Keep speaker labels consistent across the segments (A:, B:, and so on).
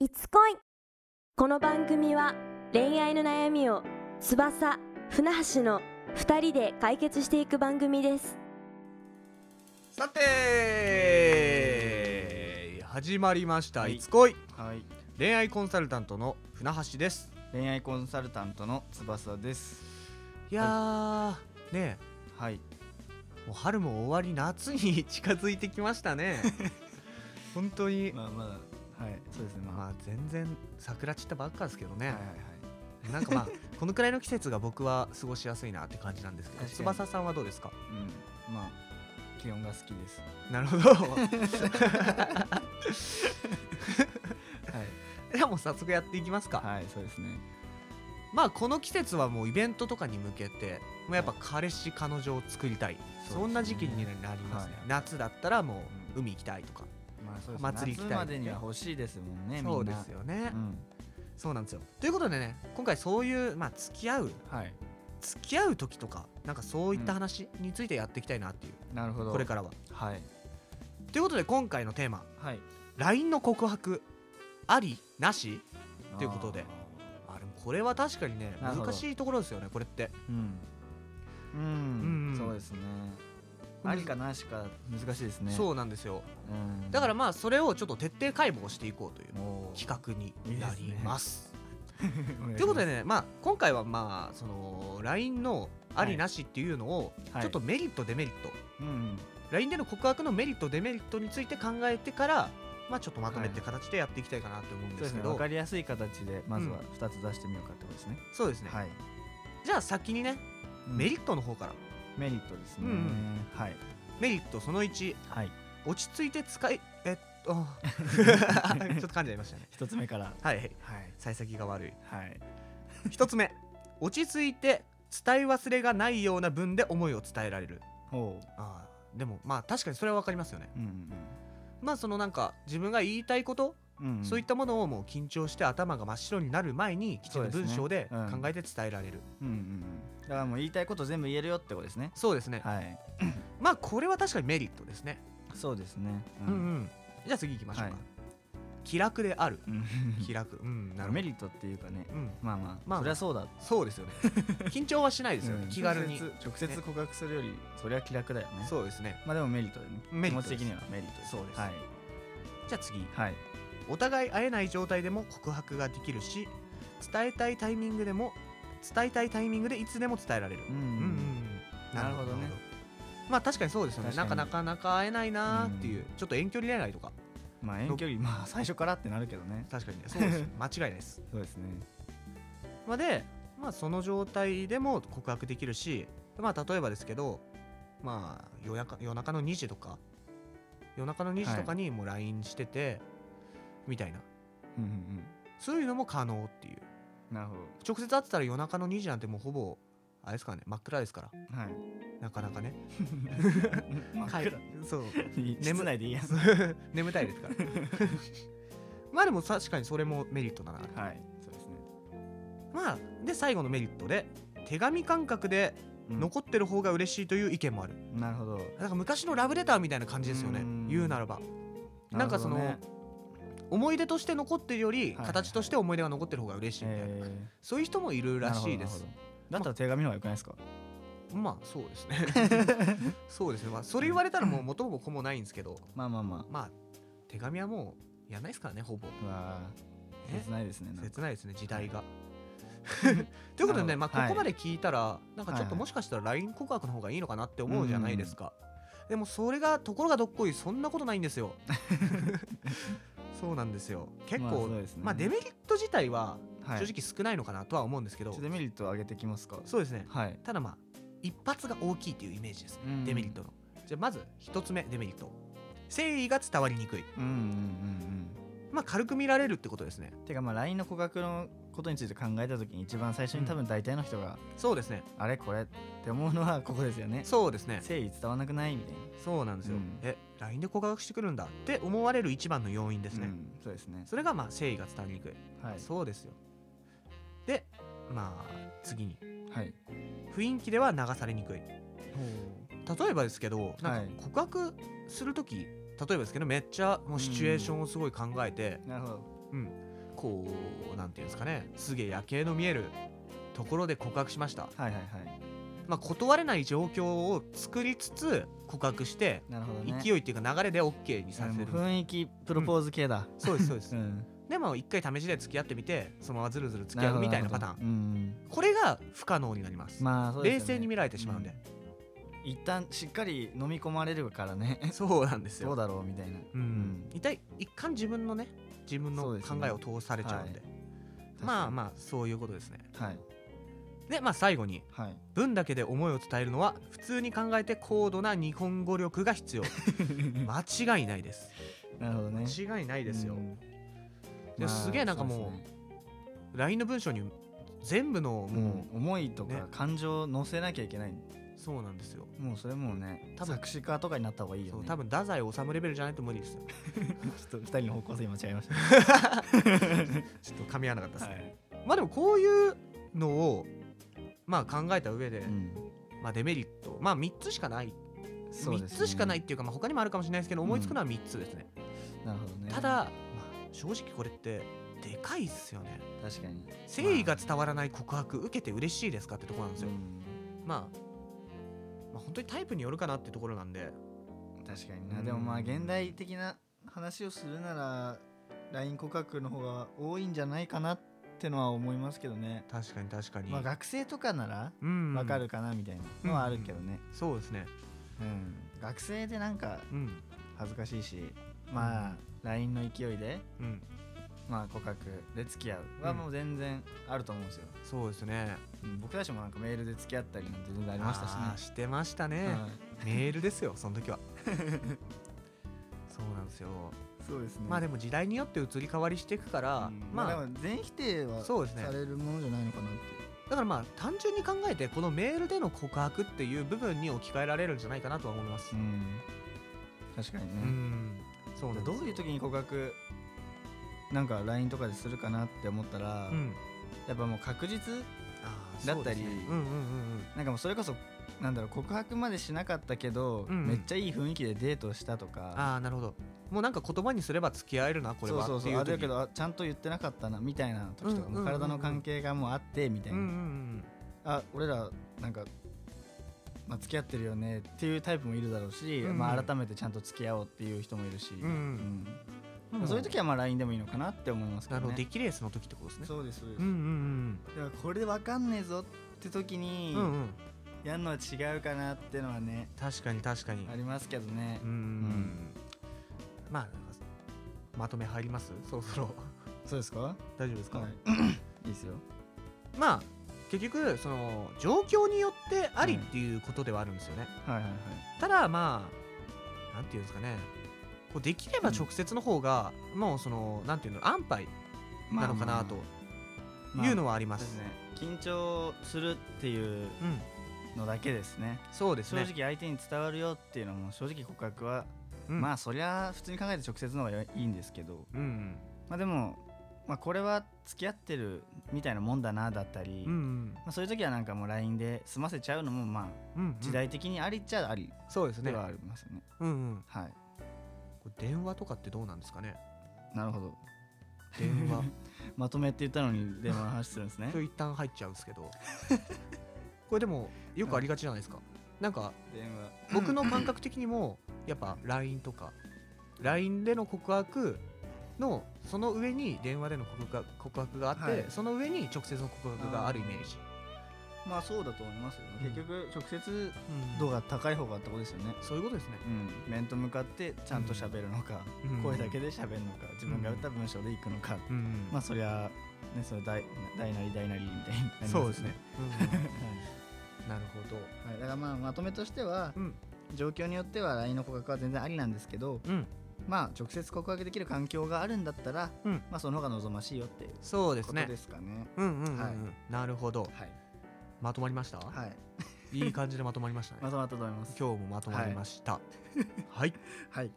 A: いつ恋この番組は恋愛の悩みを翼船橋の2人で解決していく番組です
B: さて始まりました「いつ恋
C: はい、」
B: 恋愛コンサルタントの船橋です
C: 恋愛コンサルタントの翼です。
B: いやー、ね
C: は
B: え
C: い、
B: もう春も終わり夏に近づいてきました ね本当に
C: まあまあ、はい、そうですね、まあ、
B: まあ全然桜散ったばっかですけどね、
C: はいはいはい。
B: なんかまあこのくらいの季節が僕は過ごしやすいなって感じなんですけど
C: 確かに
B: 翼さんはどうです か
C: うん、まあ、気温が好きです。
B: なるほ ど
C: はい、
B: ではもう早速やっていきますか、
C: はい、そうですね。
B: まあこの季節はもうイベントとかに向けてもうやっぱ彼氏彼女を作りたい、
C: すね
B: そんな時期になりますね、
C: はい
B: 夏だったらもう
C: うん
B: 海行きたいとか、
C: まあ、そうですね。
B: 祭り行きたい
C: 夏までには欲しいですもんね。みんな
B: そうです。よね、
C: うん、
B: そうなんですよということでね今回そういうまあ付き合う
C: はい、
B: 付き合う時とかなんかそういった話についてやっていきたいなっていう、
C: なるほど。
B: これからは
C: ら。はい。
B: ということで今回のテーマ
C: はい。
B: LINE の告白ありなしということで
C: あ
B: あでもこれは確かにね
C: なるほど
B: 難しいところですよねこれって
C: ーうん。う
B: うん
C: ん、そうですね。ありか
B: な、
C: なしか難しいですね。う。
B: そうなんですよ
C: ん、
B: だからまあそれをちょっと徹底解剖していこうという
C: もう。
B: 企画になります。
C: 画
B: ということでね、まあ、今回はまあその LINE のありなしっていうのを、
C: はい
B: ちょっとメリットデメリット、
C: うん、
B: LINE での告白のメリットデメリットについて考えてから、まあ、ちょっとまとめて
C: は
B: 形でやっていきたいかなと思うんで
C: そうですす
B: け
C: ね。
B: ど、
C: わかりやすい形で、まずは
B: うん
C: 二つ出してみようかってことですね。
B: そうですね、
C: はい。
B: じゃあ先にねメリットの方から、
C: メリットですね、
B: うんう
C: はい
B: メリットその1
C: はい
B: 落ち着いて使いえっと ちょっと噛んじゃいましたね
C: 一つ目から
B: はい
C: はい
B: 幸先が悪い
C: はい
B: 1つ目落ち着いて伝え忘れがないような文で思いを伝えられる
C: ほ
B: あーでもまあ確かにそれは分かりますよね
C: ううん
B: まあそのなんか自分が言いたいこと、
C: うんうん、うん
B: そういったものをもう緊張して頭が真っ白になる前にきちんと
C: そう
B: 文
C: ですね
B: 章で
C: うん
B: 考えて伝えられる
C: うんうんうんだからもう言いたいこと全部言えるよってことですね
B: そうですね、
C: はい
B: まあこれは確かにメリットですね
C: そうですね
B: うんうんじゃあ次行きましょうか、
C: はい
B: 気楽である
C: うん、
B: 気楽うんなるほど
C: メリットっていうかね
B: うん
C: まあまあ、
B: まあ
C: そりゃそうだ
B: そうですよ ね緊張はしないですよね、
C: うん
B: 気軽に
C: 直接直接告白するよりそりゃ気楽だよね
B: そうですね
C: まあでもメリットでね
B: メリットで
C: 気持ち
B: す
C: 的にはメリットです
B: そうです
C: はい、
B: じゃあ次
C: はい、
B: お互い会えない状態でも告白ができるし伝えたいタイミングでも伝えたいタイミングでいつでも伝えられる
C: うん
B: うんうん
C: なるほどね
B: まあ確かにそうですよねなん
C: 確
B: か
C: かに
B: なかなか会えないなーっていう、
C: うん
B: ちょっと遠距離恋愛とか
C: まあ遠距離まあ最初からってなるけどね
B: 確かにそう ですよ間違いないです
C: そうですね
B: まあで、まあ、その状態でも告白できるしまあ例えばですけどまあ夜中夜中の2時とか夜中の2時とかにもう LINE してて、みたいな
C: うんうん
B: そういうのも可能っていう
C: うんなるほ
B: 直接会ってたら夜中の2時なんてもうほぼあれですからね真っ暗ですから
C: どはい
B: なかなかね
C: 真っ
B: 帰
C: 暗
B: そう
C: 眠ない でいいやん
B: 眠たい ですからまあでも確かにそれもメリットだな
C: はいそうですね
B: まあで最後のメリットで手紙感覚で残ってる方が嬉しいという意見もある、
C: なるほど
B: なんか昔のラブレターみたいな感じですよね
C: うん
B: 言うならばなんかその
C: なるほどね
B: 思い出として残ってるより
C: いはい
B: 形として思い出が残ってる方が嬉しいみたいな、
C: え
B: そういう人もいる
C: ー
B: らしいです
C: なるほどなるほどだったら手紙の方が良くないですか
B: まあそうですね そうですねまあそれ言われたらもう元も子もないんですけど
C: まあまあま
B: まあ手紙はもうやんないですからねほぼ
C: あうわー
B: え
C: 切ないですねなんか
B: 切ないですね時代が。 ということでね、
C: なるほど
B: まあ、こ
C: はい
B: こまで聞いたら、なんかちょっ
C: はい
B: と
C: はい
B: もしかしたら LINE 告白の方がいいのかなって思うじゃないですか、でもそれがところがどっこいそんなことないんです よそうなんですよ結
C: まあ
B: 構、
C: そう
B: まあ
C: ですね
B: デメリット自体は
C: はい
B: 正直少ないのかなとは思うんですけど、
C: ちょっとデメリットを上げてきますか
B: そうですね
C: はい
B: ただまあ一発が大きいというイメージですね、
C: うん
B: デメリットのじゃあまず一つ目デメリット誠意が伝わりにくい
C: うんうんうん
B: まあ軽く見られるってことですね
C: うんてかまあ LINE の告白のことについて考えた時に一番最初に多分大体の人が
B: そうですね
C: あれこれって思うのはここですよね
B: そうですね
C: 誠意伝わんなくないみたいな
B: そうなんですよ、
C: うん
B: え LINE で告白してくるんだって思われる一番の要因ですね、
C: うんそうですね
B: それがまあ誠意が伝わりにくい、
C: はい
B: そうですよでまあ次に
C: はい
B: 雰囲気では流されにくい例えばですけどなん
C: はい
B: か告白する時、例えばですけどめっちゃもうシチュエーションをすごい考えて、
C: なるほど
B: うんこうなんていうんですかねすげえ夜景の見えるところで告白しました、
C: はいはいはい
B: まあ、断れない状況を作りつつ告白して
C: なるほどね
B: 勢いっていうか流れで OK にさ
C: うん
B: せ
C: も
B: る
C: う雰囲気プロポーズ系だ
B: そうですそうです
C: うん
B: でも一回試しで付き合ってみてそのままずるずる付き合うみたいなパターン
C: るほどうん
B: これが不可能になります,、
C: まあそうですよ
B: 冷
C: ね
B: 静に見られてしまうんで、
C: 一旦しっかり飲み込まれるからね
B: そうなんです
C: ど
B: よ
C: うだろうみたいな
B: うん、一体一貫自分のね自分の
C: そう
B: 考
C: ですね
B: えを通されちゃうんでまあまあそういうことですね
C: あはい
B: でまあ最後に
C: はい
B: 文だけで思いを伝えるのは普通に考えて高度な日本語力が 必要間違いないです
C: なるほどね
B: 間違いないですよ、
C: うん
B: いやすげえなんかもう
C: そですね
B: LINE の文章に全部のも
C: もう思いと
B: ね
C: か感情を乗せなきゃいけない
B: うん、そうなんですよ
C: もうそれもうね
B: 多分
C: 作詞家とかになった方がいいよ
B: そう
C: ね
B: 多分太宰治レベルじゃないと無理ですよ
C: ちょっと二人の方向性今違い ましたね
B: ちょっと噛み合わなかったですね、
C: い
B: まあでもこういうのをまあ考えた上で、
C: うん
B: まあデメリットまあ3つしかない
C: そう
B: 3
C: ですね
B: つしかないっていうか、まあ、他にもあるかもしれないですけど思いつくのは3つですね、
C: なるほどね
B: ただ、まあ、正直これってでかいっすよね
C: 確かに
B: 誠意が伝わらない告白受けて嬉しいですかってところなんですよ、
C: うん
B: まあ、まあ本当にタイプによるかなってところなんで
C: 確かに
B: う
C: なんでもまあ現代的な話をするなら LINE 告白の方が多いんじゃないかなってのは思いますけどね
B: 確かに確かに
C: まあ学生とかなら
B: うん
C: わかるかなみたいなのはあるけどね
B: そうですね
C: うん学生でなんか
B: うん
C: 恥ずかしいしまあ LINE の勢いで
B: うん
C: まあ告白で付き合うは
B: うん
C: もう全然あると思うんですよ、
B: そうですね
C: うん僕たちもなんかメールで付き合ったりなんて全然あ
B: あ
C: りましたし
B: ーしてましたね、
C: ね、
B: メールですよその時 はそうなんですよ
C: うんそうですね
B: まあで
C: も、
B: も時代によって移り変わりしていくから、
C: うんまあ、
B: まあ
C: でも全否定は
B: そうですね
C: されるものじゃないのかなっていう
B: だからまあ単純に考えてこのメールでの告白っていう部分に置き換えられるんじゃないかなとは思います
C: うん確かに
B: うん、
C: ね、
B: そうなん
C: ど
B: で
C: う
B: す
C: いう時に告白なんか LINE とかでするかなって思ったら、
B: うん
C: やっぱもう確実
B: あー
C: だ
B: そ
C: ったり
B: うですねうんうんうん
C: なんかもうそれこそなんだろう告白までしなかったけど、
B: うんうん
C: めっちゃいい雰囲気でデートしたとか
B: ああなるほどもうなんか言葉にすれば付き合えるなこれ
C: そう
B: は
C: そう
B: って
C: そ
B: いうう
C: あ
B: 時
C: れだけどあちゃんと言ってなかったなみたいな
B: う
C: 時とか、
B: んうんうんうん
C: もう体の関係がもうあってみたい
B: うん
C: な、
B: うんうん
C: あ俺らなんか、まあ、付き合ってるよねっていうタイプもいるだろうし、
B: うんうん
C: まあ、改めてちゃんと付き合おうっていう人もいるし、
B: うんうん
C: うん
B: も
C: そういう時はまあ LINE でもいいのかなって思いますけ
B: な
C: ど
B: るほ
C: ね
B: どデキレースの時ってことですね
C: そうですそうです、
B: うんうん
C: だからこれで分かんねえぞって時
B: う
C: に、
B: んうんうん
C: やるのは違うかなってのはね
B: 確かに確かに
C: ありますけどね
B: う、んまあなんかまとめ入りますそろそろ
C: そうですかは
B: 大丈夫ですか、
C: いいいですよ
B: まあ結局その状況によってありっていうことではあるんですよね、
C: はいはいはい
B: ただまあなんていうんですかねこうできれば直接の方が、もうそのなんていうの安牌なのかなというの
C: は
B: はありま
C: です
B: す、
C: ね緊張するっていう
B: うん
C: のだけですね
B: そうです
C: 正
B: ね
C: 直相手に伝わるよっていうのも正直告白は、
B: うん、
C: ま
B: あ
C: あそりゃ普通に考えて直接の方がいいんですけど
B: うん
C: まあでも、まあ、これは付き合ってるみたいなもんだなだったり、
B: うんうん
C: まあ、そういう時はなんかもう LINE で済ませちゃうのもまあ
B: うんうん
C: 時代的にありっちゃあり
B: そうです
C: で
B: ね
C: はありますよね、
B: うんうん
C: はい
B: これ電話とかってどうなんです かね
C: なるほど
B: 電話
C: まとめって言ったのに電話の話するんですね
B: 今日一旦入っちゃうんですけど これでもよくありがちじゃないですか、なんか
C: 電話
B: 僕の感覚的にもやっぱ LINE とか LINE での告白のその上に電話での告白告白があって、
C: はい
B: その上に直接の告白があるイメージ、
C: まあそうだと思いますよ、
B: うん
C: 結局直接
B: うん
C: 度が高い方がってことですよね
B: そういうことですね、
C: うん面と向かってちゃんと喋るのか、
B: うん
C: 声だけで喋るのか自分が打った文章でいくのか、
B: うんうん
C: まあそりゃねそれ大大なり大なりみたいになります
B: そうですね、うん
C: は
B: なるほど
C: い、はい、だからまあまとめとしては、
B: うん
C: 状況によっては LINE の告白は全然ありなんですけど
B: うん
C: まあ直接告白できる環境があるんだったら、
B: うん
C: まあその方が望ましいよっていう
B: そうで
C: こ
B: す
C: と
B: ね
C: ですかね
B: うんうんうんうん、
C: はい
B: なるほど
C: はい、
B: まとまりました、
C: はい、
B: い、い感じでまとまりましたね、
C: まとまったと思います
B: 今日もまとまりましたはい、い、
C: はい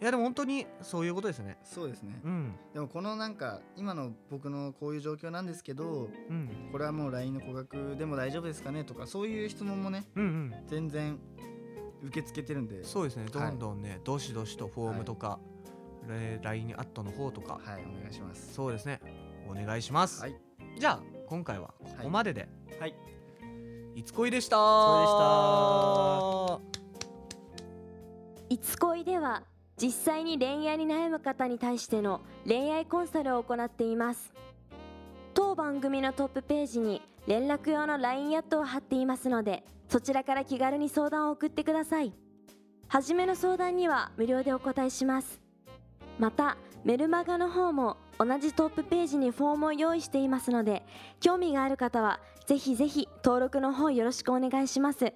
B: やでも本当にそういうことですね
C: そうですね
B: うん
C: でもこのなんか今の僕のこういう状況なんですけど
B: うん
C: これはもう LINE の告白でも大丈夫ですかねとかそういう質問もね
B: うんうん
C: 全然受け付けてるんで
B: そうですね、ど
C: はい
B: んどんね、どしどしとフォームとか、えー LINE アットの方とか、
C: はいお願いします
B: そうですね、お願いします、
C: はい
B: じゃあ今回はここまでで、
C: はい
B: い、つこいでした
C: こ
A: いつ恋では実際に恋愛に悩む方に対しての恋愛コンサルを行っています当番組のトップページに連絡用の LINE アットを貼っていますのでそちらから気軽に相談を送ってください初めの相談には無料でお答えしますまたメルマガの方も同じトップページにフォームを用意していますので興味がある方はぜひぜひ登録の方よろしくお願いします